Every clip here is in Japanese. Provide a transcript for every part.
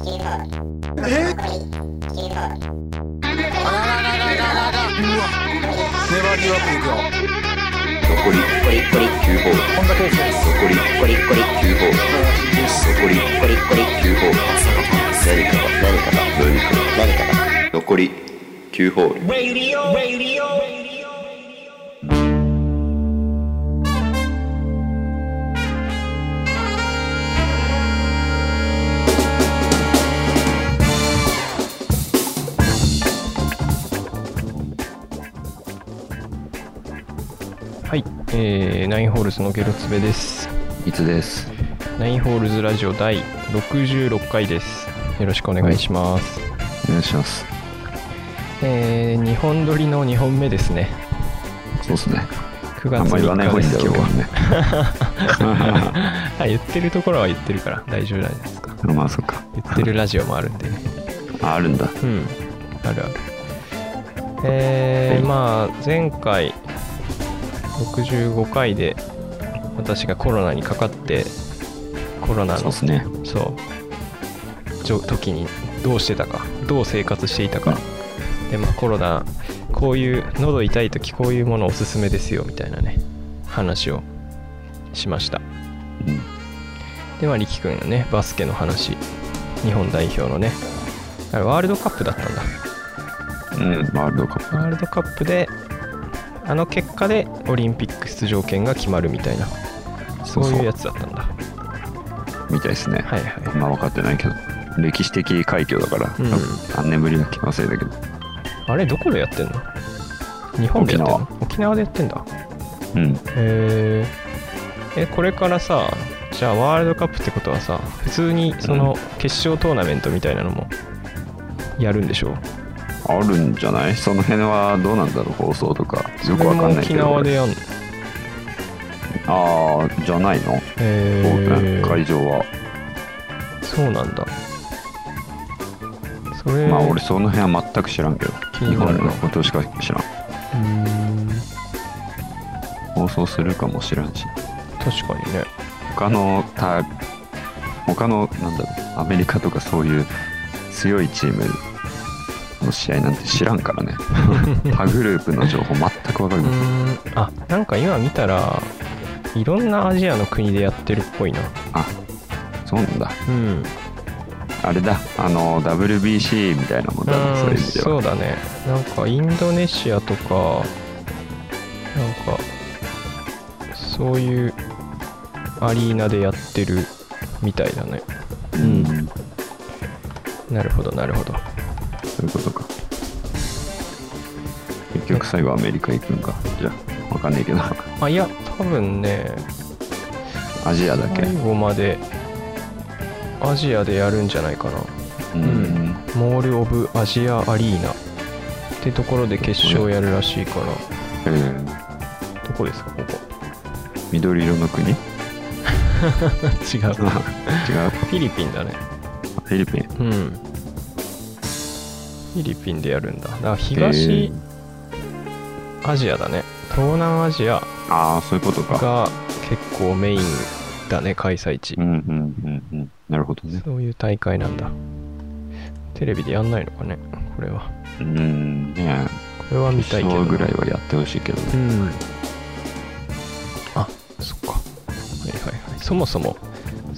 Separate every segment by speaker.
Speaker 1: えあらららららららうわ粘りよくいくよ
Speaker 2: 残り9ホール
Speaker 1: こんだけですね
Speaker 2: 残り9ホール残り9ホール何かが何かが何かが何かが残り9ホール
Speaker 3: はい、えー、ナインホールズのゲロツベです。
Speaker 2: いつです
Speaker 3: ナインホールズラジオ第66回です。よろしくお願いします。
Speaker 2: お願いします
Speaker 3: えー、2本撮りの2本目ですね。
Speaker 2: そうですね
Speaker 3: 9
Speaker 2: あ
Speaker 3: 月
Speaker 2: んまり言わない
Speaker 3: 3
Speaker 2: 方
Speaker 3: 日
Speaker 2: が
Speaker 3: で
Speaker 2: いい
Speaker 3: す、
Speaker 2: んだろう
Speaker 3: 今
Speaker 2: け
Speaker 3: 日
Speaker 2: ど
Speaker 3: は。
Speaker 2: ね
Speaker 3: あ、言ってるところは言ってるから大丈夫なんですか。
Speaker 2: まあそっか
Speaker 3: 言ってるラジオもあるん でね。
Speaker 2: ああるんだ
Speaker 3: うん、あるある。えー、まあ、前回、65回で、私がコロナにかかって、コロナ
Speaker 2: そうで
Speaker 3: の
Speaker 2: すね
Speaker 3: そうじょ時にどうしてたかどう生活していたか、でまあコロナこういう喉痛い時こういうものおすすめですよみたいなね話をしました
Speaker 2: うん
Speaker 3: でまあ力くんのねバスケの話日本代表のねあれワールドカップだったんだ
Speaker 2: うんワールドカッ
Speaker 3: ワールドカップであの結果でオリンピック出場権が決まるみたいなそういうやつだったんだ
Speaker 2: プみたいですね
Speaker 3: はいはい
Speaker 2: あんま分かってないけど歴史的快挙だから、
Speaker 3: うん
Speaker 2: 何年ぶりだっけ忘れたけど
Speaker 3: あれどこでやってんの日本でやってんの沖縄でやってんだ
Speaker 2: うん
Speaker 3: へええこれからさじゃあワールドカップってことはさ普通にその決勝トーナメントみたいなのもやるんでしょ
Speaker 2: あるんじゃないその辺はどうなんだろう放送とかよくわかんない
Speaker 3: そ
Speaker 2: け
Speaker 3: れ
Speaker 2: ど
Speaker 3: も沖縄でやんの
Speaker 2: ああじゃないの、
Speaker 3: へ
Speaker 2: 会場は
Speaker 3: えそうなんだそれ
Speaker 2: まあ俺その辺は全く知らんけど
Speaker 3: 気
Speaker 2: 日
Speaker 3: にな
Speaker 2: 本
Speaker 3: る
Speaker 2: の
Speaker 3: な
Speaker 2: ことしか知らん
Speaker 3: うーん
Speaker 2: 放送するかもしらんし
Speaker 3: 確かにね
Speaker 2: 他の他他のなんだろうアメリカとかそういう強いチームの試合なんて知らんから ね他グループの情報全く分かり
Speaker 3: う
Speaker 2: ません
Speaker 3: ーんあなんか今見たらいろんなアジアの国でやってるっぽいな
Speaker 2: あそうなんだ
Speaker 3: うん
Speaker 2: あれだあの WBC みたいなもんだねそういううん意味で
Speaker 3: そ
Speaker 2: は
Speaker 3: うだねなんかインドネシアとかなんかそういうアリーナでやってるみたいだね
Speaker 2: うんそう
Speaker 3: なるほどなるほど
Speaker 2: いうことか結局最後アメリカ行くんかじゃあ分かんないけ ど
Speaker 3: あいや多分ね
Speaker 2: アジアだけ
Speaker 3: 最後までアジアでやるんじゃないかな
Speaker 2: うん
Speaker 3: モール・オブ・アジア・アリーナってところで決勝やるらしいから
Speaker 2: えー
Speaker 3: どこですかここ
Speaker 2: 緑色の国 違う
Speaker 3: 違う
Speaker 2: フ
Speaker 3: フィリピンだね
Speaker 2: ィリピン
Speaker 3: うんフィリピンでやるんだだから東
Speaker 2: えー
Speaker 3: アジアだね東南アジア
Speaker 2: ああそういうことか
Speaker 3: が結構メインだね開催地
Speaker 2: うんうんうんうんなるほどね
Speaker 3: そういう大会なんだテレビでやんないのかねこれは
Speaker 2: うんね
Speaker 3: これは見たいけど
Speaker 2: そう
Speaker 3: な
Speaker 2: ぐらいはやってほしいけどね
Speaker 3: うんあそっかはいはいはいそもそも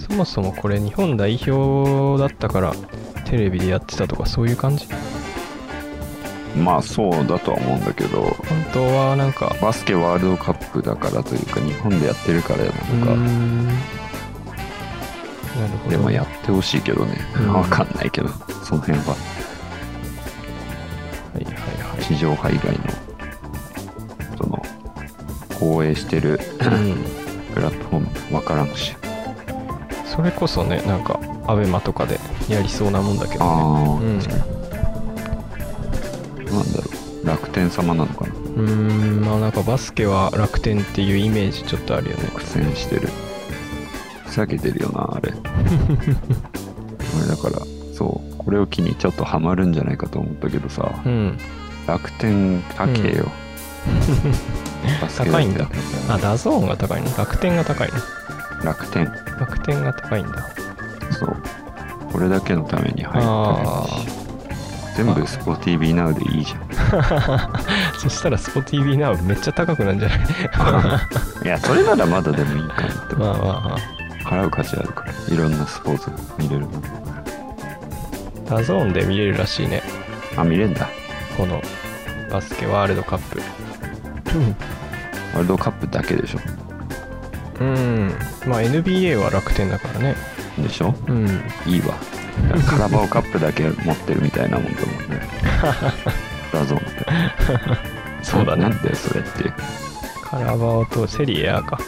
Speaker 3: そもそもこれ日本代表だったからテレビでやってたとかそういう感じ
Speaker 2: まあそうだとは思うんだけど
Speaker 3: 本当はなんか
Speaker 2: バスケワールドカップだからというか日本でやってるからな
Speaker 3: う
Speaker 2: のか
Speaker 3: ーんなるほど
Speaker 2: でもやってほしいけどね、
Speaker 3: うん
Speaker 2: わかんないけど、その辺は
Speaker 3: はいはいは
Speaker 2: 地上波以外の、その、放映してる
Speaker 3: い、うん、
Speaker 2: プラットフォームわからんし。
Speaker 3: それこそねなんかアベマとかでやりそうなもんだけどね
Speaker 2: ああ、
Speaker 3: うん
Speaker 2: 確かに。なんだろう、楽天様なのか
Speaker 3: う
Speaker 2: な
Speaker 3: ーんまあなんかバスケは楽天っていうイメージちょっとあるよね
Speaker 2: 苦戦してる。ふざけてるよな、あれ。俺だから、そう、これを機にちょっとハマるんじゃないかと思ったけどさ、
Speaker 3: うん
Speaker 2: 楽天かけよ。バスケ
Speaker 3: 高いんだ
Speaker 2: やってた
Speaker 3: あ
Speaker 2: ら
Speaker 3: ダゾーンが高いの楽天が高いの
Speaker 2: 楽天。
Speaker 3: 楽天が高いんだ
Speaker 2: そうこれだけのために入った
Speaker 3: あ
Speaker 2: やつ全部 SpoTVNow でいいじゃん
Speaker 3: あそしたら SpotTV なめっちゃ高くなんじゃないま
Speaker 2: いやそれならまだでもいいかなって
Speaker 3: あまあまあ
Speaker 2: 払う価値あるからいろんなスポーツが見れるの
Speaker 3: ダゾーンで見れるらしいね
Speaker 2: あ見れんだ
Speaker 3: このバスケワールドカップ
Speaker 2: ワールドカップだけでしょ
Speaker 3: うんまあ NBA は楽天だからね
Speaker 2: でしょ
Speaker 3: うん
Speaker 2: いいわカラバオカップだけ持ってるみたいなもんだもんね ダゾーンって
Speaker 3: そうだ
Speaker 2: な
Speaker 3: ね
Speaker 2: んでそれっていう
Speaker 3: カラバオとセリエ A か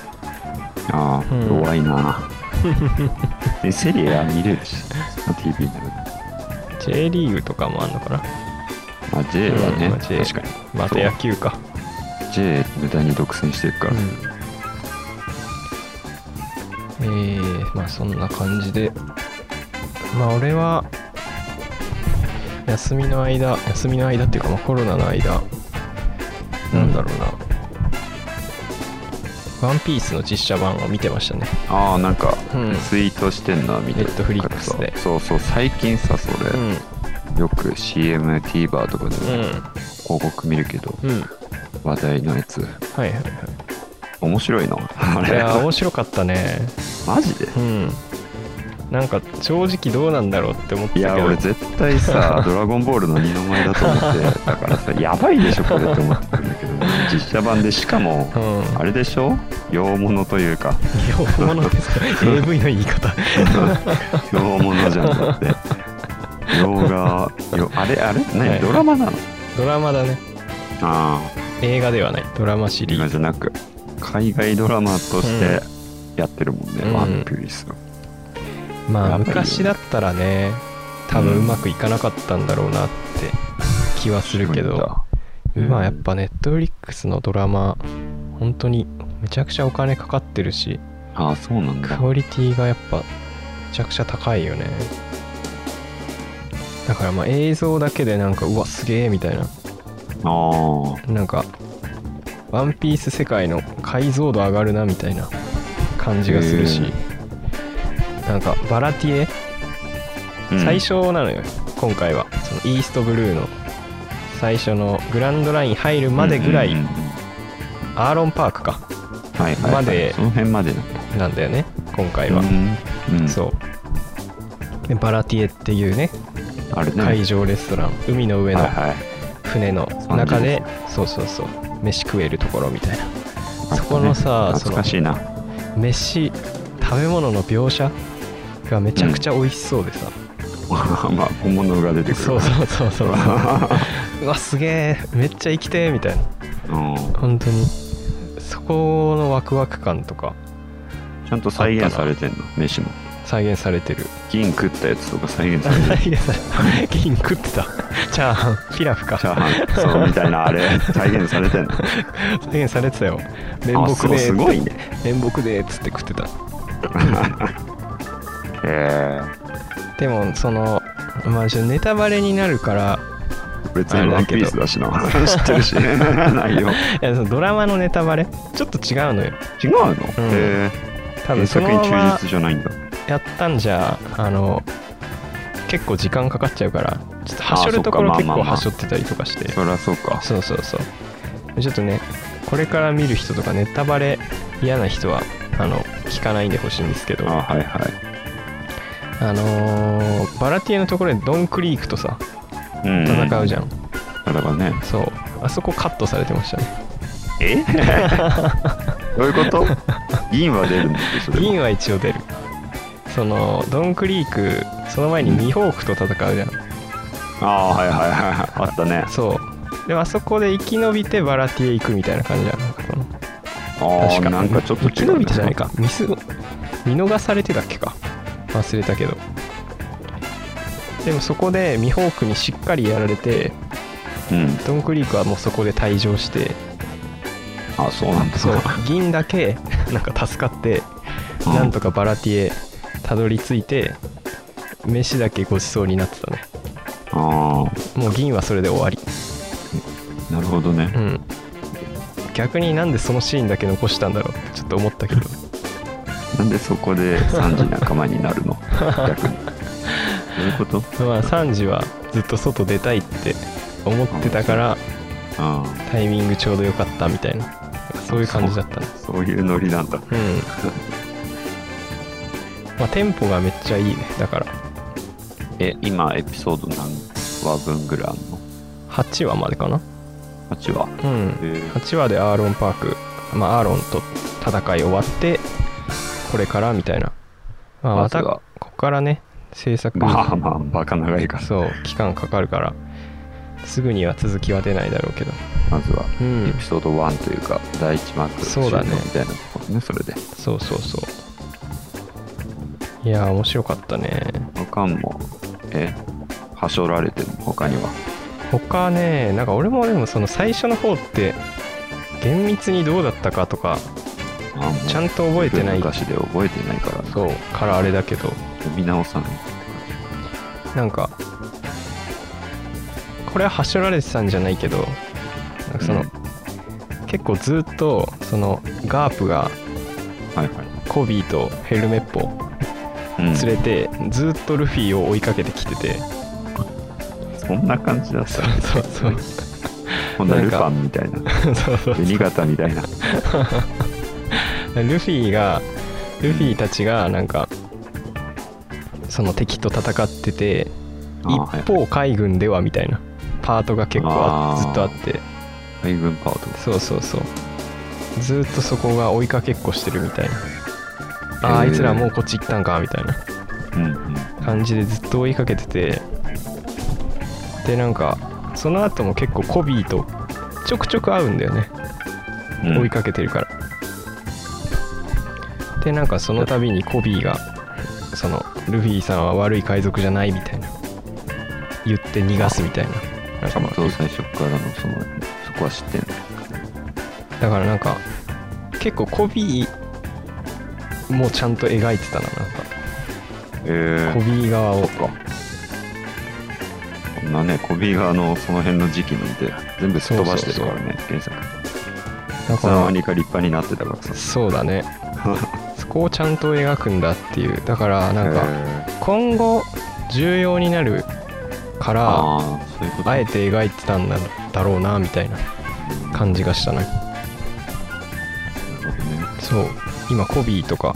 Speaker 2: ああ、
Speaker 3: うん
Speaker 2: 弱いなでセリエは見れるし TV なら
Speaker 3: J リーグとかもあんのかな
Speaker 2: まあ J はね、
Speaker 3: うんまあ J
Speaker 2: 確かに
Speaker 3: また
Speaker 2: そう
Speaker 3: 野球か
Speaker 2: J 無駄に独占してるから、
Speaker 3: うん、えー、まあそんな感じでまあ俺は休みの間休みの間っていうかまあコロナの間、
Speaker 2: うん
Speaker 3: なんだろうな「ワンピースの実写版を見てましたね
Speaker 2: ああなんか
Speaker 3: うん
Speaker 2: ツイートしてんのは見てから
Speaker 3: Netflix で
Speaker 2: そうそう最近さそれ、
Speaker 3: うん
Speaker 2: よく CMTVer とかで
Speaker 3: うん
Speaker 2: 広告見るけど、
Speaker 3: うん
Speaker 2: 話題のやつ
Speaker 3: はいはいは
Speaker 2: 面白いなあ
Speaker 3: いい
Speaker 2: れ
Speaker 3: やー面白かったね
Speaker 2: マジで
Speaker 3: うんなんか正直どうなんだろうって思った
Speaker 2: い
Speaker 3: けど
Speaker 2: や俺絶対 さ「ドラゴンボール」の二の前だと思ってだからさやばいでしょこれって思ってたんだけど、実写版でしかも
Speaker 3: うん
Speaker 2: あれでしょ洋物というか
Speaker 3: 洋物ですか AV の言い方
Speaker 2: 洋物じゃんだって洋画よあれあれ何、
Speaker 3: はい
Speaker 2: ドラマなの
Speaker 3: ドラマだね
Speaker 2: ああ
Speaker 3: 映画ではないドラマシリ
Speaker 2: 今
Speaker 3: ーズ
Speaker 2: じゃなく海外ドラマとしてやってるもんね「
Speaker 3: うん
Speaker 2: ワンピースは
Speaker 3: ま
Speaker 2: や
Speaker 3: あ
Speaker 2: っぱり
Speaker 3: 昔だったらね多分うまくいかなかったんだろうなって気はするけど、
Speaker 2: うん
Speaker 3: まあやっぱネットフリックスのドラマ本当にめちゃくちゃお金かかってるし
Speaker 2: ああそうなんだ
Speaker 3: クオリティがやっぱめちゃくちゃ高いよねだからまあ映像だけでなんかうわすげえみたいな
Speaker 2: ああ
Speaker 3: なんか「ワンピース世界の解像度上がるなみたいな感じがするし
Speaker 2: へ
Speaker 3: なんかバラティエ、
Speaker 2: うん
Speaker 3: 最初なのよ今回はそのイーストブルーの最初のグランドライン入るまでぐらい、
Speaker 2: うんうんうん
Speaker 3: アーロンパークか
Speaker 2: はいはいはい
Speaker 3: まで
Speaker 2: その辺までなんだ
Speaker 3: なんだよね今回は、
Speaker 2: うんうん
Speaker 3: そうでバラティエっていうね
Speaker 2: あれね
Speaker 3: 海上レストラン、海の上の
Speaker 2: はいはい
Speaker 3: 船の
Speaker 2: う
Speaker 3: 中で、
Speaker 2: 感
Speaker 3: そうそうそう飯食えるところみたいな
Speaker 2: あ
Speaker 3: そこのさその
Speaker 2: 懐かしいな
Speaker 3: 飯食べ物の描写がめちゃくちゃ美味しそうでさ、
Speaker 2: まあ小物が出てくる
Speaker 3: そうそうそう そううわすげえめっちゃ生きてーみたいな
Speaker 2: うん
Speaker 3: 本当にそこのワクワク感とか
Speaker 2: ちゃんと再現されてんの飯も
Speaker 3: 再現されてる
Speaker 2: 銀食ったやつとか再現されてる
Speaker 3: 再現され銀食ってたチャーハンピラフか
Speaker 2: チャーハンそうみたいな あれ再現されてんの
Speaker 3: 再現されてたよ面
Speaker 2: あ
Speaker 3: 目
Speaker 2: そう
Speaker 3: です
Speaker 2: ごいね
Speaker 3: 面目でーっつって食ってた
Speaker 2: え
Speaker 3: でもそのまあちょっとネタバレになるから
Speaker 2: ー、別にワンピースだしな 知ってるし内容違う
Speaker 3: いやそのドラマのネタバレちょっと違うのよ
Speaker 2: の、
Speaker 3: うん
Speaker 2: え
Speaker 3: 多
Speaker 2: ー、
Speaker 3: 分そ
Speaker 2: 作
Speaker 3: の
Speaker 2: に
Speaker 3: まま
Speaker 2: 忠実じゃないんだ
Speaker 3: やったんじゃあの結構時間かかっちゃうからちょっとはしょるところ
Speaker 2: あーそっ
Speaker 3: 結
Speaker 2: かまあまあ
Speaker 3: 構
Speaker 2: まあ
Speaker 3: はしょってたりとかして
Speaker 2: そりゃそうか
Speaker 3: そうそうそうちょっとねこれから見る人とかネタバレ嫌な人はあの聞かないでほしいんですけど
Speaker 2: あ
Speaker 3: あ
Speaker 2: はいはい
Speaker 3: のーバラティエのところでドンクリークとさ
Speaker 2: うん
Speaker 3: 戦うじゃん、
Speaker 2: だか らね
Speaker 3: そうあそこカットされてましたね
Speaker 2: え どういうこと銀は出るんですよ
Speaker 3: 銀は一応出るそのドンクリークその前にミホークと戦うじゃん
Speaker 2: ああーはいはいはいはい あったね
Speaker 3: そうでもあそこで生き延びてバラティエ行くみたいな感じなのかな
Speaker 2: あ
Speaker 3: 確
Speaker 2: あ
Speaker 3: か
Speaker 2: なんかちょっと
Speaker 3: 生き
Speaker 2: 違う
Speaker 3: 延
Speaker 2: ね
Speaker 3: びてじゃないかミス見逃されてたっけか忘れたけどでもそこでミホークにしっかりやられて
Speaker 2: うん
Speaker 3: ドンクリークはもうそこで退場して
Speaker 2: あそうなんだ
Speaker 3: そう銀だけなんか助かって
Speaker 2: うん
Speaker 3: なんとかバラティエたどり着いて飯だけごちそうになってたね
Speaker 2: あ
Speaker 3: もう銀はそれで終わり
Speaker 2: あなるほどね
Speaker 3: うん逆になんでそのシーンだけ残したんだろうってちょっと思ったけど
Speaker 2: なんでそこで3時仲間にな るの逆に。どういうこと
Speaker 3: まあ3時はずっと外出たいって思ってたから
Speaker 2: あ
Speaker 3: タイミングちょうどよかったみたいなそういう感じだったね
Speaker 2: あ、そういうノリなん だ。
Speaker 3: うんまあテンポがめっちゃいいねだから
Speaker 2: え、今エピソード何話分ぐらいあんの
Speaker 3: 8話までかな
Speaker 2: ?8 話。
Speaker 3: うん
Speaker 2: えー
Speaker 3: 8話でアーロン・パーク、まあ、アーロンと戦い終わってこれからみたいな、まあ、
Speaker 2: ま
Speaker 3: ま
Speaker 2: ず
Speaker 3: た
Speaker 2: は
Speaker 3: ここからね制作
Speaker 2: まあまあ、バカ長いから、
Speaker 3: そう期間かかるからすぐには続きは出ないだろうけど
Speaker 2: まずは。
Speaker 3: うん
Speaker 2: エピソード1というか、第1幕
Speaker 3: そうだね
Speaker 2: 終了みたいなところね、それで。
Speaker 3: そうそうそういやー面白かったね
Speaker 2: 他も、え、はしょられてるの他には。
Speaker 3: 他ねなんか俺もでもその最初の方って厳密にどうだったかとか
Speaker 2: あもう
Speaker 3: ちゃんと覚えてない
Speaker 2: 昔で覚えてないから、
Speaker 3: そうからあれだけど
Speaker 2: 読み直さない。
Speaker 3: なんかこれははしょられてたんじゃないけどなんかその、
Speaker 2: うん
Speaker 3: 結構ずっとそのガープが
Speaker 2: はいはい。
Speaker 3: コビーとヘルメッポを
Speaker 2: うん、
Speaker 3: 連れて、ずっとルフィを追いかけてきてて、
Speaker 2: そんな感じだった。
Speaker 3: そうそう
Speaker 2: こんな
Speaker 3: なん
Speaker 2: ル
Speaker 3: か
Speaker 2: パンみたいな。
Speaker 3: そうそう
Speaker 2: ベニガタみ たいな。
Speaker 3: ルフィがルフィたちがなんかその敵と戦ってて
Speaker 2: あ
Speaker 3: 一
Speaker 2: ーはい
Speaker 3: 方海軍ではみたいなパートが結構あ
Speaker 2: あー
Speaker 3: ずっとあって
Speaker 2: 海軍パート。
Speaker 3: そうそうそうずーっとそこが追いかけっこしてるみたいなあーあ
Speaker 2: へー
Speaker 3: いつらもうこっち行ったんかみたいな
Speaker 2: うんうん。
Speaker 3: 感じでずっと追いかけててでなんかその後も結構コビーとちょくちょく会うんだよね
Speaker 2: うん
Speaker 3: 追いかけてるから、でなんかその度にコビーがそのルフィさんは悪い海賊じゃないみたいな言って逃がすみたいななんかまあ
Speaker 2: そう最初からのそのそこは知ってんの
Speaker 3: だからなんか結構コビーもちゃんと描いてたななんかコ
Speaker 2: え
Speaker 3: ビー側を
Speaker 2: えこんなねコビーがあのその辺の時期なんて全部すっ飛ばしてるからね原作
Speaker 3: だ
Speaker 2: いつの間
Speaker 3: か
Speaker 2: にか立派になってたからさ
Speaker 3: らそうだ ねそこをちゃんと描くんだっていうだからなんか
Speaker 2: え
Speaker 3: 今後重要になるから
Speaker 2: ああそういうこと
Speaker 3: あえて描いてたんだろうなみたいな感じがしたね
Speaker 2: なるほどね
Speaker 3: そう今コビーとか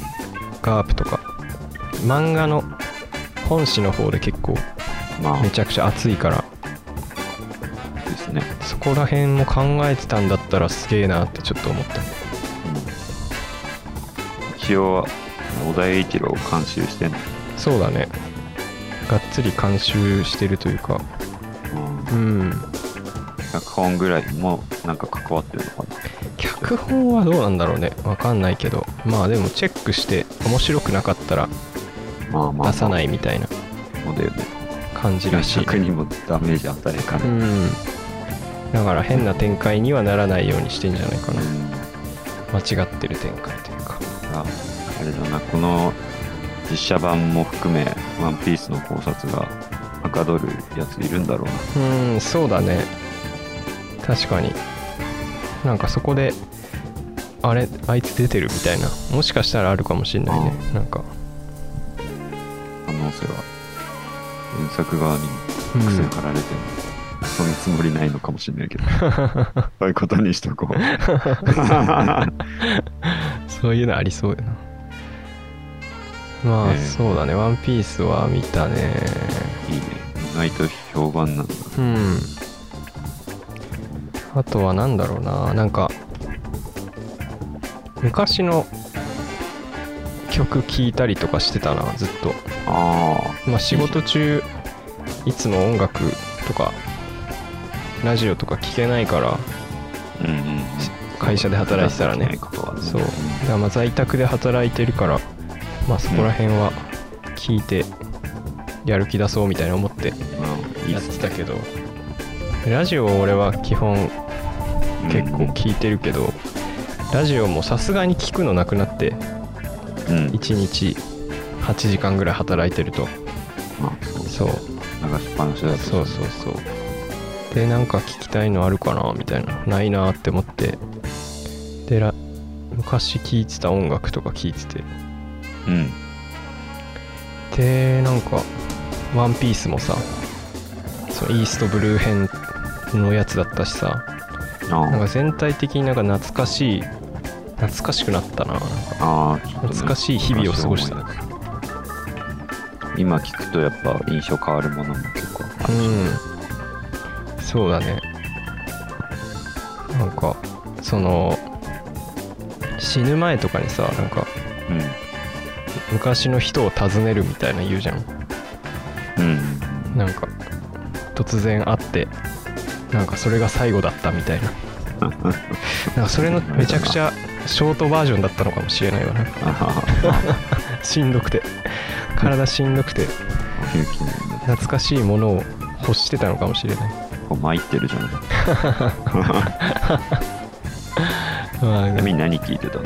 Speaker 3: ガープとか漫画の本誌の方で結構
Speaker 2: まあ
Speaker 3: めちゃくちゃ熱いから
Speaker 2: ですね、
Speaker 3: そこら辺も考えてたんだったらすげえなってちょっと思ったね
Speaker 2: うん一応小田栄一郎を監修してんの
Speaker 3: そうだねがっつり監修してるというか
Speaker 2: う
Speaker 3: う
Speaker 2: ん
Speaker 3: ん
Speaker 2: 脚本ぐらいもなんか関わってるのかな
Speaker 3: 脚本はどうなんだろうねわかんないけどまあでもチェックして面白くなかったら
Speaker 2: まあまあ、
Speaker 3: 出さないいみたいな
Speaker 2: のでね
Speaker 3: 感じらしい
Speaker 2: 役にもダメージ与えかね
Speaker 3: う、んだから変な展開にはならないようにしてんじゃないかな
Speaker 2: うん
Speaker 3: 間違ってる展開というか
Speaker 2: ああれだなこの実写版も含め「ワンピースの考察がはかどるやついるんだろう
Speaker 3: うんそうだね確かになんかそこであれあいつ出てるみたいなもしかしたらあるかもしんないねなんか
Speaker 2: な可能性は原作側に
Speaker 3: うん
Speaker 2: 癖張られてる、そのつもりないのかもしれないけどそういうことにしとこう
Speaker 3: そういうのありそうやなまあ、
Speaker 2: ええ
Speaker 3: そうだね「ワンピースは見たね
Speaker 2: いいね意外と評判なんだ
Speaker 3: うんあとは何だろうななんか昔の曲聴いたりとかしてたなずっと
Speaker 2: ああ
Speaker 3: まあ仕事中いつも音楽とかラジオとか聴けないから
Speaker 2: うんうんうん
Speaker 3: 会社で働いてたら
Speaker 2: できない
Speaker 3: ね
Speaker 2: ことはね
Speaker 3: そうだからまあ在宅で働いてるからまあそこら辺は聴いてやる気出そうみたいな思って
Speaker 2: うんいい
Speaker 3: や
Speaker 2: っ
Speaker 3: っ
Speaker 2: す
Speaker 3: てたけどラジオを俺は基本結構聞いてるけど、ラジオもさすがに聞くのなくなって
Speaker 2: うん、うん
Speaker 3: 1日8時間ぐらい働いてると
Speaker 2: まあそう
Speaker 3: そう
Speaker 2: 流しっぱなしだと
Speaker 3: そうそうそうでなんか聞きたいのあるかなみたいなないなって思ってでら昔聞いてた音楽とか聞いてて
Speaker 2: うん
Speaker 3: でなんか「ワンピースもさそのイーストブルー編のやつだったしさなん
Speaker 2: あ
Speaker 3: か全体的になんか懐かしい懐かしくなったななんか
Speaker 2: ああーちょっとね
Speaker 3: 懐かしい日々を過ごした
Speaker 2: 懐かしい思い出今聞くとやっぱ印象変わるものも結構あるし
Speaker 3: うんそうだねなんかその死ぬ前とかにさなんか
Speaker 2: うん
Speaker 3: 昔の人を訪ねるみたいな言うじゃん
Speaker 2: うん
Speaker 3: なんか突然会ってなんかそれが最後だったみたい ななんかそれのめちゃくちゃショートバージョンだったのかもしれないわね
Speaker 2: あはは
Speaker 3: しんどくて体しんどくて
Speaker 2: 勇気なんだ
Speaker 3: 懐かしいものを欲してたのかもしれない
Speaker 2: こう参ってるじ ゃない
Speaker 3: まあ
Speaker 2: ちなみに何聞いてたの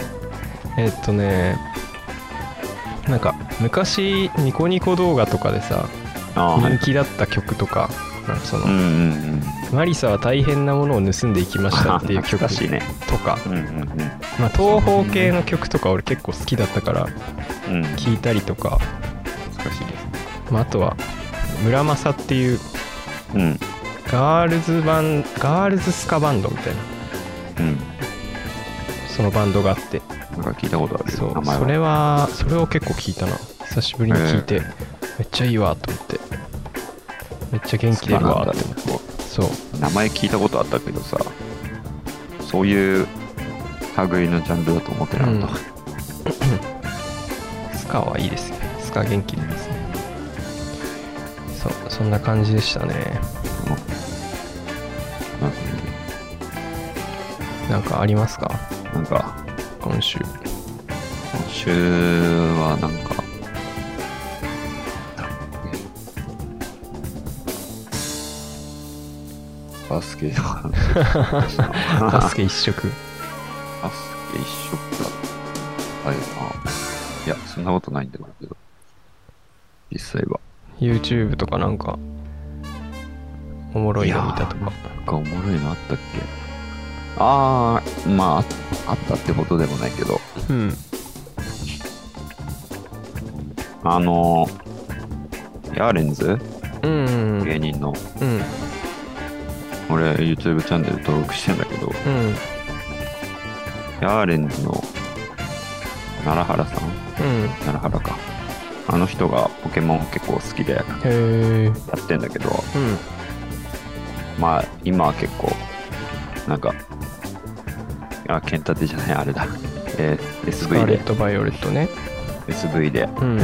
Speaker 3: えっとねなんか昔ニコニコ動画とかでさ
Speaker 2: ああーは
Speaker 3: 人
Speaker 2: い
Speaker 3: 気だった曲とかなんかその、
Speaker 2: うんうんうん
Speaker 3: マリサは大変なものを盗んでいきました」っていう曲
Speaker 2: 懐かしいね
Speaker 3: とか、
Speaker 2: うんうんうん
Speaker 3: まあ、東方系の曲とか俺結構好きだったから
Speaker 2: うん
Speaker 3: 聴いたりとか、
Speaker 2: 懐かしいです
Speaker 3: まあ、あとは村正っていう
Speaker 2: うん
Speaker 3: ガールズバンガールズスカバンドみたいな
Speaker 2: うん
Speaker 3: そのバンドがあって
Speaker 2: なんか聞いたことある
Speaker 3: そ
Speaker 2: 名
Speaker 3: う
Speaker 2: 前は
Speaker 3: それはそれを結構聞いたな久しぶりに聞いて、めっちゃいいわと思ってめっちゃ元気出るわって思ってそう
Speaker 2: 名前聞いたことあったけどさそういう類のジャンルだと思ってなかった、
Speaker 3: スカはいいですねスカ元気出ますねそうそんな感じでしたね
Speaker 2: なんかね
Speaker 3: なんかありますか
Speaker 2: なんか
Speaker 3: 今週
Speaker 2: 今週はなんかバスケの話
Speaker 3: バスケ一色
Speaker 2: バスケ一色だったあれないやそんなことないんだけど実際は
Speaker 3: YouTube とかなんかおもろいの見たとか
Speaker 2: なんかおもろいのあったっけああまああったってことでもないけど
Speaker 3: うん
Speaker 2: あのー、ヤーレンズ
Speaker 3: うんうん
Speaker 2: 芸人の、
Speaker 3: うん
Speaker 2: 俺 YouTube チャンネル登録してんだけど、
Speaker 3: うんうん
Speaker 2: ヤーレンズの奈良原さん奈良原か。あの人がポケモン結構好きでや
Speaker 3: へえ
Speaker 2: ってんだけど、
Speaker 3: うん
Speaker 2: まあ今は結構、なんか、あ、ケンタテじゃない、あれだ。えー
Speaker 3: スカー
Speaker 2: SV
Speaker 3: レ
Speaker 2: で
Speaker 3: ッ、ト・バイオレットね
Speaker 2: SV で、
Speaker 3: うん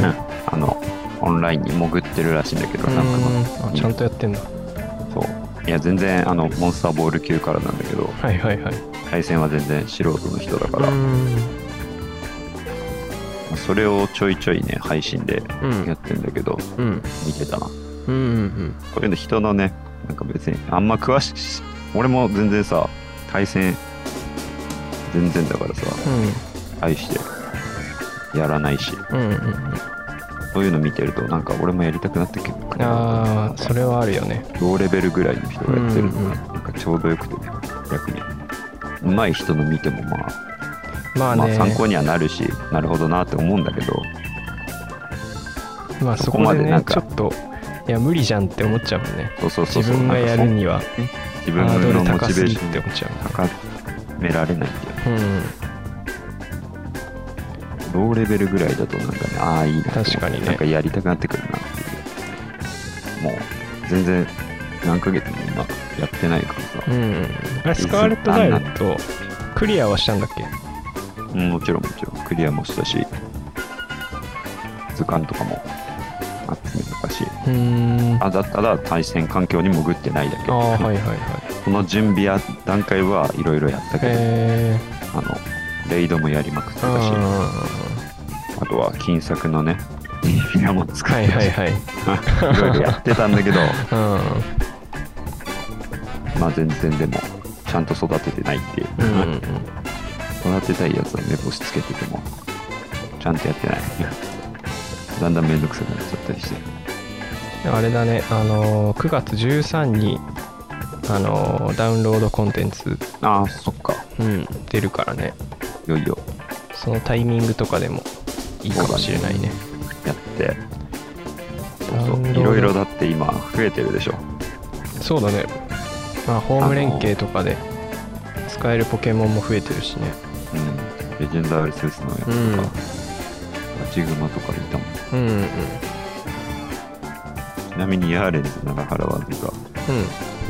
Speaker 2: あの、オンラインに潜ってるらしいんだけど、
Speaker 3: うん
Speaker 2: なんか、
Speaker 3: あちゃんとやってんだ
Speaker 2: そう。いや、全然、あの、モンスターボール級からなんだけど、
Speaker 3: はいはいはい
Speaker 2: 対戦は全然素人の人だから、
Speaker 3: うん
Speaker 2: それをちょいちょいね配信で
Speaker 3: うん
Speaker 2: やってんだけど、
Speaker 3: うん
Speaker 2: 見てたなこ
Speaker 3: うんうん
Speaker 2: ういうの人のねなんか別にあんま詳しいし俺も全然さ対戦全然だからさ愛してやらないし
Speaker 3: うんうんうん
Speaker 2: そういうの見てるとなんか俺もやりたくなってくる
Speaker 3: ああそれはあるよね
Speaker 2: ローレベルぐらいの人がやってるのが、
Speaker 3: うんうん
Speaker 2: なんかちょうどよくてね逆に上手い人の見てもまあ
Speaker 3: まあ
Speaker 2: まあ
Speaker 3: ね、まあ、
Speaker 2: 参考にはなるしなるほどなって思うんだけど
Speaker 3: そ
Speaker 2: そ
Speaker 3: こ
Speaker 2: こ
Speaker 3: ま
Speaker 2: ま
Speaker 3: で
Speaker 2: で
Speaker 3: ね
Speaker 2: なんか
Speaker 3: ちょっといや無理じゃんって思っちゃうもんね
Speaker 2: そうそうそう
Speaker 3: 自
Speaker 2: そう
Speaker 3: 分がやるには
Speaker 2: なんか
Speaker 3: ハ
Speaker 2: そん自
Speaker 3: ード
Speaker 2: 分
Speaker 3: ル
Speaker 2: のモ
Speaker 3: 高
Speaker 2: チ
Speaker 3: す
Speaker 2: ベー
Speaker 3: ぎ
Speaker 2: シ
Speaker 3: っ
Speaker 2: ョン
Speaker 3: て思っちゃう
Speaker 2: 高められないんだよ
Speaker 3: うん
Speaker 2: ローレベルぐらいだとなんかねああいいなと思って
Speaker 3: 確かにね
Speaker 2: なんかやりたくなってくるなっていうもう全然何ヶ月も今やってないからさ、
Speaker 3: うんあれスカーレット・ダイレットクリアはしたんだっけ
Speaker 2: うんもちろんもちろんクリアもしたし図鑑とかも集めたし
Speaker 3: うんあ
Speaker 2: あだただ対戦環境に潜ってないだけ、
Speaker 3: あはいはいい はい
Speaker 2: その準備や段階はいろいろやったけど、
Speaker 3: へえ
Speaker 2: あのレイドもやりまくってたしあ
Speaker 3: あ
Speaker 2: とは金策のね ピラも使
Speaker 3: あはい
Speaker 2: ってた
Speaker 3: は
Speaker 2: し
Speaker 3: いはい
Speaker 2: いろいろやってたんだけど
Speaker 3: う
Speaker 2: まあ全然でもちゃんと育ててないっていう、
Speaker 3: んうんうん
Speaker 2: 育てたいやつは目星つけててもちゃんとやってない だんだん面倒くさくなっちゃったりして
Speaker 3: あれだねあのー9月13にあのーダウンロードコンテンツ、
Speaker 2: ああそっか
Speaker 3: うん、出るからね
Speaker 2: いよいよ
Speaker 3: そのタイミングとかでもいいいかもしれないね
Speaker 2: やってそう
Speaker 3: なるほ
Speaker 2: そうい
Speaker 3: ど
Speaker 2: ろいろだって今増えてるでしょ
Speaker 3: そうだねまあホーム連携とかで使えるポケモンも増えてるしね
Speaker 2: うんレジェンダールスーツのやつとか、
Speaker 3: うん
Speaker 2: ラチグマとかいたも
Speaker 3: うん
Speaker 2: ん
Speaker 3: うんうん
Speaker 2: ちなみにヤーレンズ長原はなんか、ま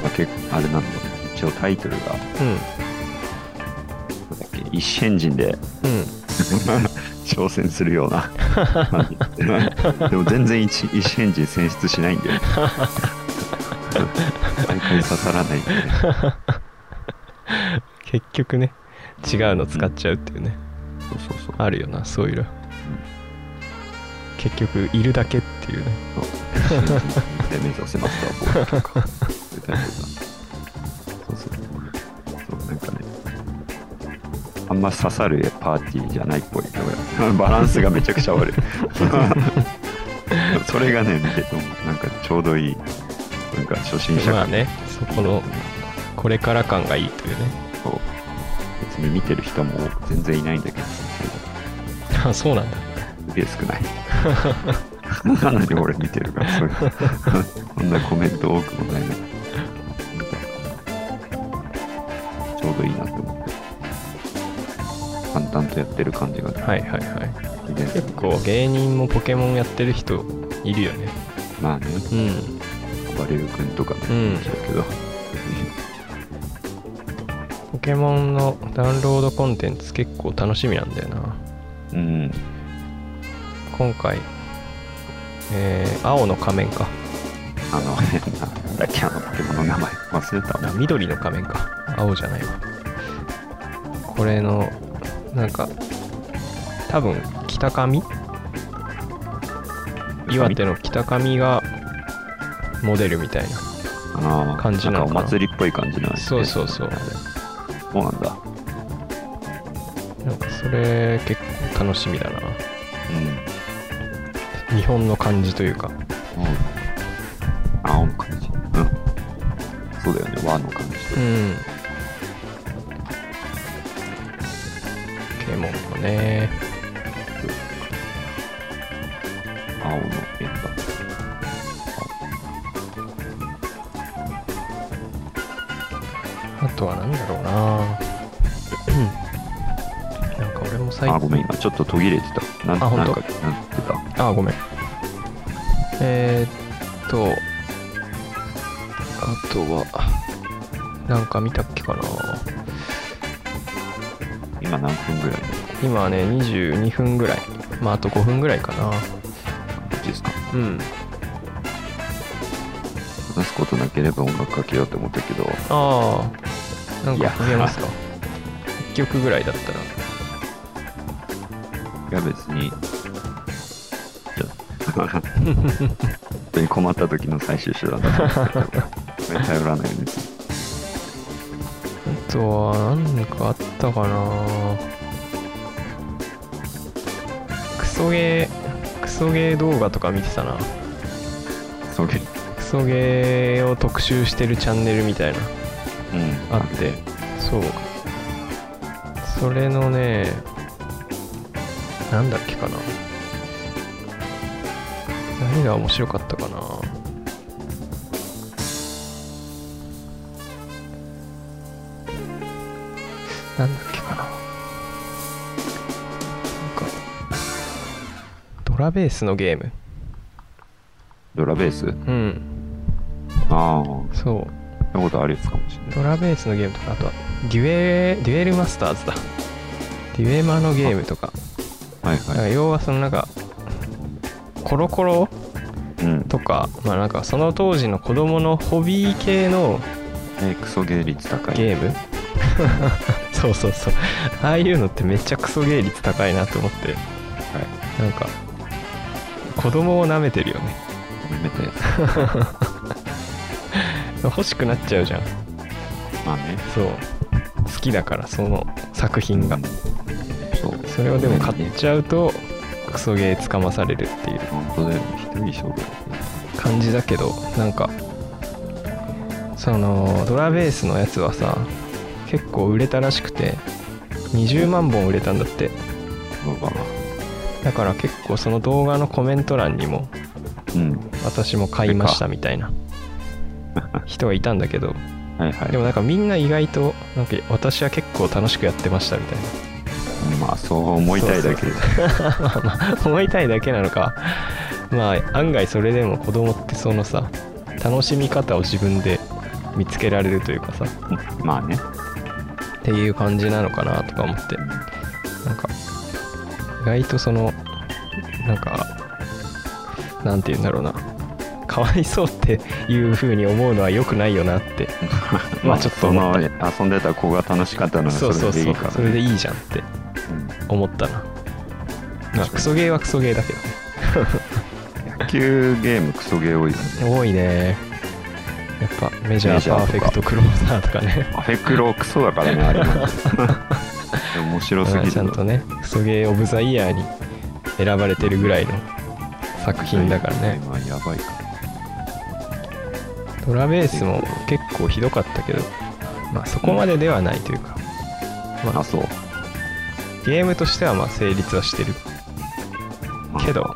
Speaker 2: あ、結構あれなんだ一応タイトルがなんだっけ一エンジンで
Speaker 3: うんうん
Speaker 2: 挑戦するような 感じでも全然一一エンジン選出しないんだ よね毎回刺さらないんだよね
Speaker 3: 結局ね違うの使っちゃうっていうね、
Speaker 2: そうそうそう
Speaker 3: あるよなそういうの、結局いるだけっていうね
Speaker 2: で目指せマスターボールとかそういうタイプだそうそうそうなんかねあんま刺さるパーティーじゃないっぽい俺バランスがめちゃくちゃ悪いそれがね見ててもなんかちょうどいいなんか初心者
Speaker 3: まあ
Speaker 2: 感
Speaker 3: ねそこのこれから感がいいというね
Speaker 2: と別に見てる人も全然いないんだけどす
Speaker 3: あそうなんだ
Speaker 2: げえ少ないなのに俺見てるからそういうこんなコメント多くもないのにちょうどいいなと思って淡々とやってる感じが
Speaker 3: はいはいはい
Speaker 2: いいです
Speaker 3: 結構芸人もポケモンやってる人いるよね
Speaker 2: まあね
Speaker 3: うん
Speaker 2: バリュー君とかね、
Speaker 3: うん
Speaker 2: だけど
Speaker 3: ポケモンのダウンロードコンテンツ結構楽しみなんだよな
Speaker 2: うん
Speaker 3: 今回えー、青の仮面か
Speaker 2: あの変ななんだっけあのポケモンの名前忘れたわ
Speaker 3: あ緑の仮面か青じゃないわこれのなんか多分北上岩手の北上がモデルみたいな
Speaker 2: あー
Speaker 3: 感じなのかなん
Speaker 2: かお祭りっぽい感じなんです
Speaker 3: そうそうそう
Speaker 2: そうなんだ
Speaker 3: なんかそれ結構楽しみだな
Speaker 2: うん
Speaker 3: 日本の感じというか
Speaker 2: うん。青の感じ。うん。そうだよね、和の感じ
Speaker 3: う
Speaker 2: で。
Speaker 3: んポケモンもね
Speaker 2: 青の円だ。
Speaker 3: あとは何だろうななんか俺も最近
Speaker 2: あ、ごめん、今ちょっと途切れてた。なん
Speaker 3: あほん
Speaker 2: なん
Speaker 3: と
Speaker 2: か、なんてた。
Speaker 3: あごめんえー、っとあとはなんか見たっけかな
Speaker 2: 今何分ぐらい
Speaker 3: 今はね22分ぐらいまああと5分ぐらいかな
Speaker 2: ですか
Speaker 3: うん
Speaker 2: 話すことなければ音楽かけようと思ったけど、
Speaker 3: ああなん
Speaker 2: いや
Speaker 3: か見えますか1曲ぐらいだったら
Speaker 2: いや別 に、じゃあ本当に困った時の最終手段だと思うんですけど、頼らないようにする
Speaker 3: あとは何かあったかなクソゲークソゲー動画とか見てたな
Speaker 2: そうけ
Speaker 3: クソゲーを特集してるチャンネルみたいな
Speaker 2: う
Speaker 3: あ
Speaker 2: ん。
Speaker 3: ってそうそれのねなんだっけかな何が面白かったかななんだっけかななんかドラベースのゲーム
Speaker 2: ドラベース
Speaker 3: うん
Speaker 2: ああ、そん
Speaker 3: そう
Speaker 2: なことあるやつかもしれない。
Speaker 3: ドラベースのゲームとかあとはデュエデュエルマスターズだデュエマのゲームとか
Speaker 2: はい
Speaker 3: なんか
Speaker 2: は
Speaker 3: 要はそのなんかコロコロ
Speaker 2: い。うん。
Speaker 3: とかまあなんかその当時の子供のホビー系の
Speaker 2: ね、クソ芸率高い。
Speaker 3: ゲーム そうそうそうああいうのってめっちゃクソ芸率高いなと思って
Speaker 2: はい。
Speaker 3: なんか子供を舐めてるよね
Speaker 2: 舐めたやつ。
Speaker 3: 欲しくなっちゃうじゃん
Speaker 2: まあね。
Speaker 3: そう好きだからその作品が
Speaker 2: そう。
Speaker 3: それをでも買
Speaker 2: て
Speaker 3: っちゃうとクソゲーつかまされるっていう
Speaker 2: 本当だよね。一人勝負だね
Speaker 3: 感じだけどなんかそのドラベースのやつはさ結構売れたらしくて20万本売れたんだって
Speaker 2: そうかな。
Speaker 3: だから結構その動画のコメント欄にも
Speaker 2: うん。
Speaker 3: 私も買いましたみたいな人がいたんだけど
Speaker 2: はいはい。
Speaker 3: でもなんかみんな意外となんか私は結構楽しくやってましたみたいな
Speaker 2: まあ、そう思いたいだけで。
Speaker 3: まあまあ思いたいだけな のかまあ案外それでも子供ってそのさ楽しみ方を自分で見つけられるというかさっ
Speaker 2: うんまあ ね。
Speaker 3: ていう感じなのかなとか思ってなんか意外とそのなんかなんて言うんだろうなかわいそうっていう風に思うのは良くないよなってまあちょっと
Speaker 2: そ
Speaker 3: 思
Speaker 2: の
Speaker 3: った
Speaker 2: 遊んでた子が楽しかったのは
Speaker 3: そ
Speaker 2: そ
Speaker 3: そ
Speaker 2: うれ
Speaker 3: うそ
Speaker 2: で
Speaker 3: う
Speaker 2: いいから
Speaker 3: それでいいじゃんって思ったなまあクソゲーはクソゲーだけどね
Speaker 2: うん野球ゲームクソゲー多いよね。
Speaker 3: 多いねやっぱメジャ
Speaker 2: メジ
Speaker 3: ー
Speaker 2: ャー
Speaker 3: パーフ
Speaker 2: とか
Speaker 3: ェクトクローザーとかね
Speaker 2: アフェクロクソだからね、あ れは。でも面白すぎる。
Speaker 3: ちゃんとねクソゲーオブザイヤーに選ばれてるぐらいの作品だからね
Speaker 2: まあ、やばいか
Speaker 3: トラベースも結構ひどかったけどまあそこまでではないというか
Speaker 2: ら。あ、そう。
Speaker 3: ゲームとしてはまあ成立はしてる
Speaker 2: まあ
Speaker 3: けど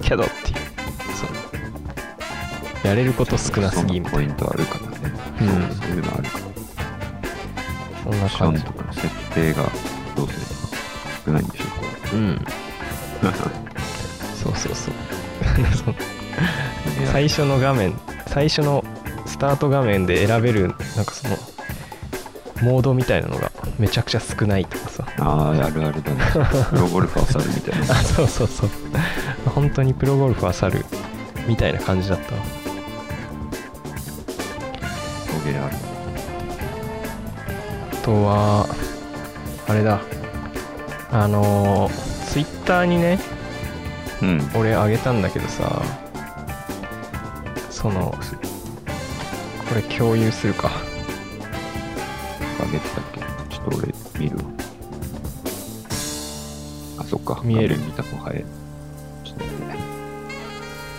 Speaker 3: けどっていうそのやれること少なすぎみた
Speaker 2: そのポ
Speaker 3: い
Speaker 2: イ
Speaker 3: な
Speaker 2: ントあるからね。
Speaker 3: うん
Speaker 2: そうそういうのあるから。
Speaker 3: そんな
Speaker 2: シャ
Speaker 3: 感
Speaker 2: ン
Speaker 3: じ
Speaker 2: とかの設定がどうするか少ないんでしょう、こ
Speaker 3: うん
Speaker 2: れ。
Speaker 3: そうそうそう その最初の画面最初のスタート画面で選べるなんかそのモードみたいなのがめちゃくちゃ少ないとかさ
Speaker 2: ああ、あるあるだね。プロゴルファーさるみたい
Speaker 3: あ
Speaker 2: な。
Speaker 3: そうそうそう本当にプロゴルファー猿みたいな感じだったわ
Speaker 2: クソゲーある。
Speaker 3: あとはあれだあのツイッターにね
Speaker 2: うん。
Speaker 3: 俺あげたんだけどさそのこれ共有するか
Speaker 2: あげてたっけちょっと俺見るわあ、そっか。
Speaker 3: 見える
Speaker 2: 画面見た方が早い。ちょっと待ってね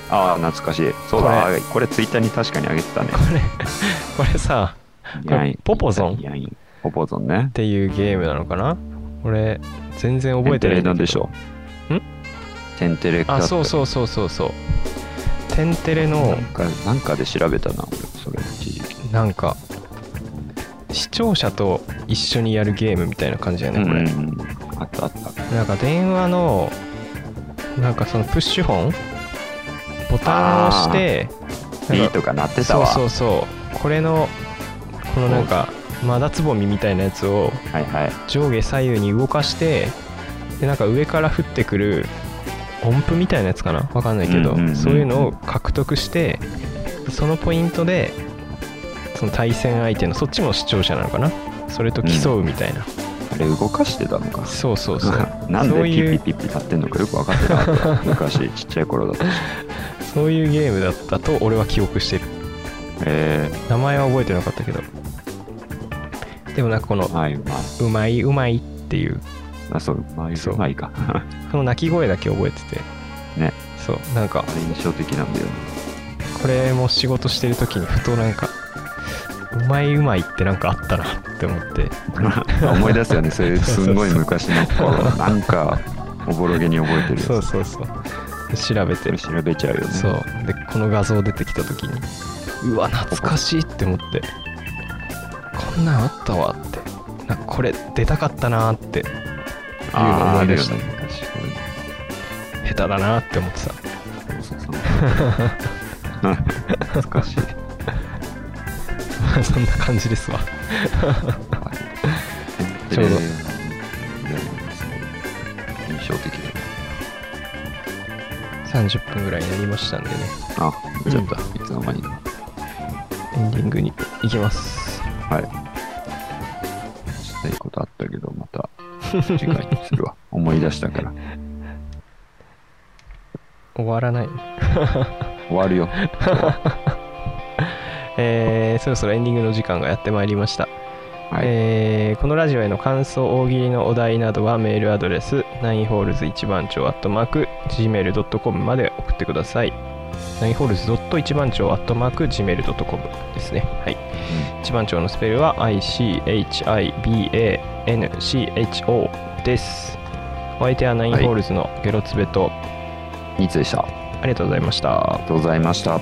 Speaker 2: ああ、懐かしい。そう
Speaker 3: こ
Speaker 2: だ、こ
Speaker 3: れ
Speaker 2: れこれツイッターに確かにあげてたね。
Speaker 3: これこれさこれ
Speaker 2: やい
Speaker 3: ポポゾン
Speaker 2: やいポポゾンね
Speaker 3: っ。ていうゲームなのかな俺全然覚えてないん
Speaker 2: テンテレな
Speaker 3: だけど
Speaker 2: んでしょ
Speaker 3: ん
Speaker 2: テンテレ
Speaker 3: あそう
Speaker 2: う。
Speaker 3: そうそうそうそうテンテレ
Speaker 2: な
Speaker 3: の
Speaker 2: んかなんかで調べたな、俺、それ一時期。
Speaker 3: なんか視聴者と一緒にやるゲームみたいな感じだよねこれ、
Speaker 2: うん、あったあった。
Speaker 3: なんか電話のなんかそのプッシュ本ボタンを押してなん
Speaker 2: ビ
Speaker 3: か
Speaker 2: ートが鳴ってたわ。
Speaker 3: そうそうそうこれのこのなんかマダつぼみみたいなやつを
Speaker 2: はいはい。
Speaker 3: 上下左右に動かしてでなんか上から降ってくる音符みたいなやつかなわかんないけど、
Speaker 2: うんうんうんうん
Speaker 3: そういうのを獲得してそのポイントでその対戦相手のそっちも視聴者なのかなそれと競うみたいな、
Speaker 2: あれ動かしてたのか。
Speaker 3: そうそうそう
Speaker 2: なんで
Speaker 3: そう
Speaker 2: ピ
Speaker 3: いう
Speaker 2: ッピッピッピ鳴ってんのかよく分かってなかった。昔、ちっちゃい頃だったし。
Speaker 3: そういうゲームだったと俺は記憶してる
Speaker 2: え
Speaker 3: 名前は覚えてなかったけどでもなんかこの
Speaker 2: ー、はい、ま
Speaker 3: 「うまいうまい」っていう
Speaker 2: あ、あそう、まあ、
Speaker 3: そうう
Speaker 2: まいか。
Speaker 3: その鳴き声だけ覚えてて
Speaker 2: ね
Speaker 3: そうなんか
Speaker 2: あれ印象的なんだよね。
Speaker 3: これも仕事してる時にふとなんかうまいうまいってなんかあったなって思って
Speaker 2: 思い出すよね、それ、すんごい昔の頃、なんか、おぼろげに覚えてるやつ。
Speaker 3: そうそうそうで調べ
Speaker 2: そ
Speaker 3: て
Speaker 2: れ調べちゃうよね。
Speaker 3: そうでこの画像出てきた時にうわ懐かしいって思ってこんなんあったわってなんかこれ出たかったなーっていうのを
Speaker 2: あー
Speaker 3: 思
Speaker 2: あ
Speaker 3: い出
Speaker 2: るよ
Speaker 3: した
Speaker 2: ね、昔。そういうの
Speaker 3: 下手だなーって思ってた
Speaker 2: そうそうそう。懐 かしい。
Speaker 3: まあそんな感じですわ
Speaker 2: はい
Speaker 3: ちょうど
Speaker 2: で印象的だ
Speaker 3: 30分ぐらいになりましたんでね
Speaker 2: あ、ちょっと、いつの間にか。
Speaker 3: エンディングに行きます
Speaker 2: はい。したいことあったけど、ま た次回にするわ。思い出したから。
Speaker 3: 終わらない
Speaker 2: 終わるよ。
Speaker 3: えーそろそろエンディングの時間がやってまいりました、
Speaker 2: はい。
Speaker 3: えーこのラジオへの感想大喜利のお題などはメールアドレス 9holes1 番町 gmail.com まで送ってください 9holes.1 番町 gmail.com ですねはい一番町のスペルは ICHIBANCHO ですお相手はナイン
Speaker 2: はい
Speaker 3: ホールズのゲロツベと、
Speaker 2: ニーツでした。あ
Speaker 3: ありがとうございました。
Speaker 2: りがとうございました。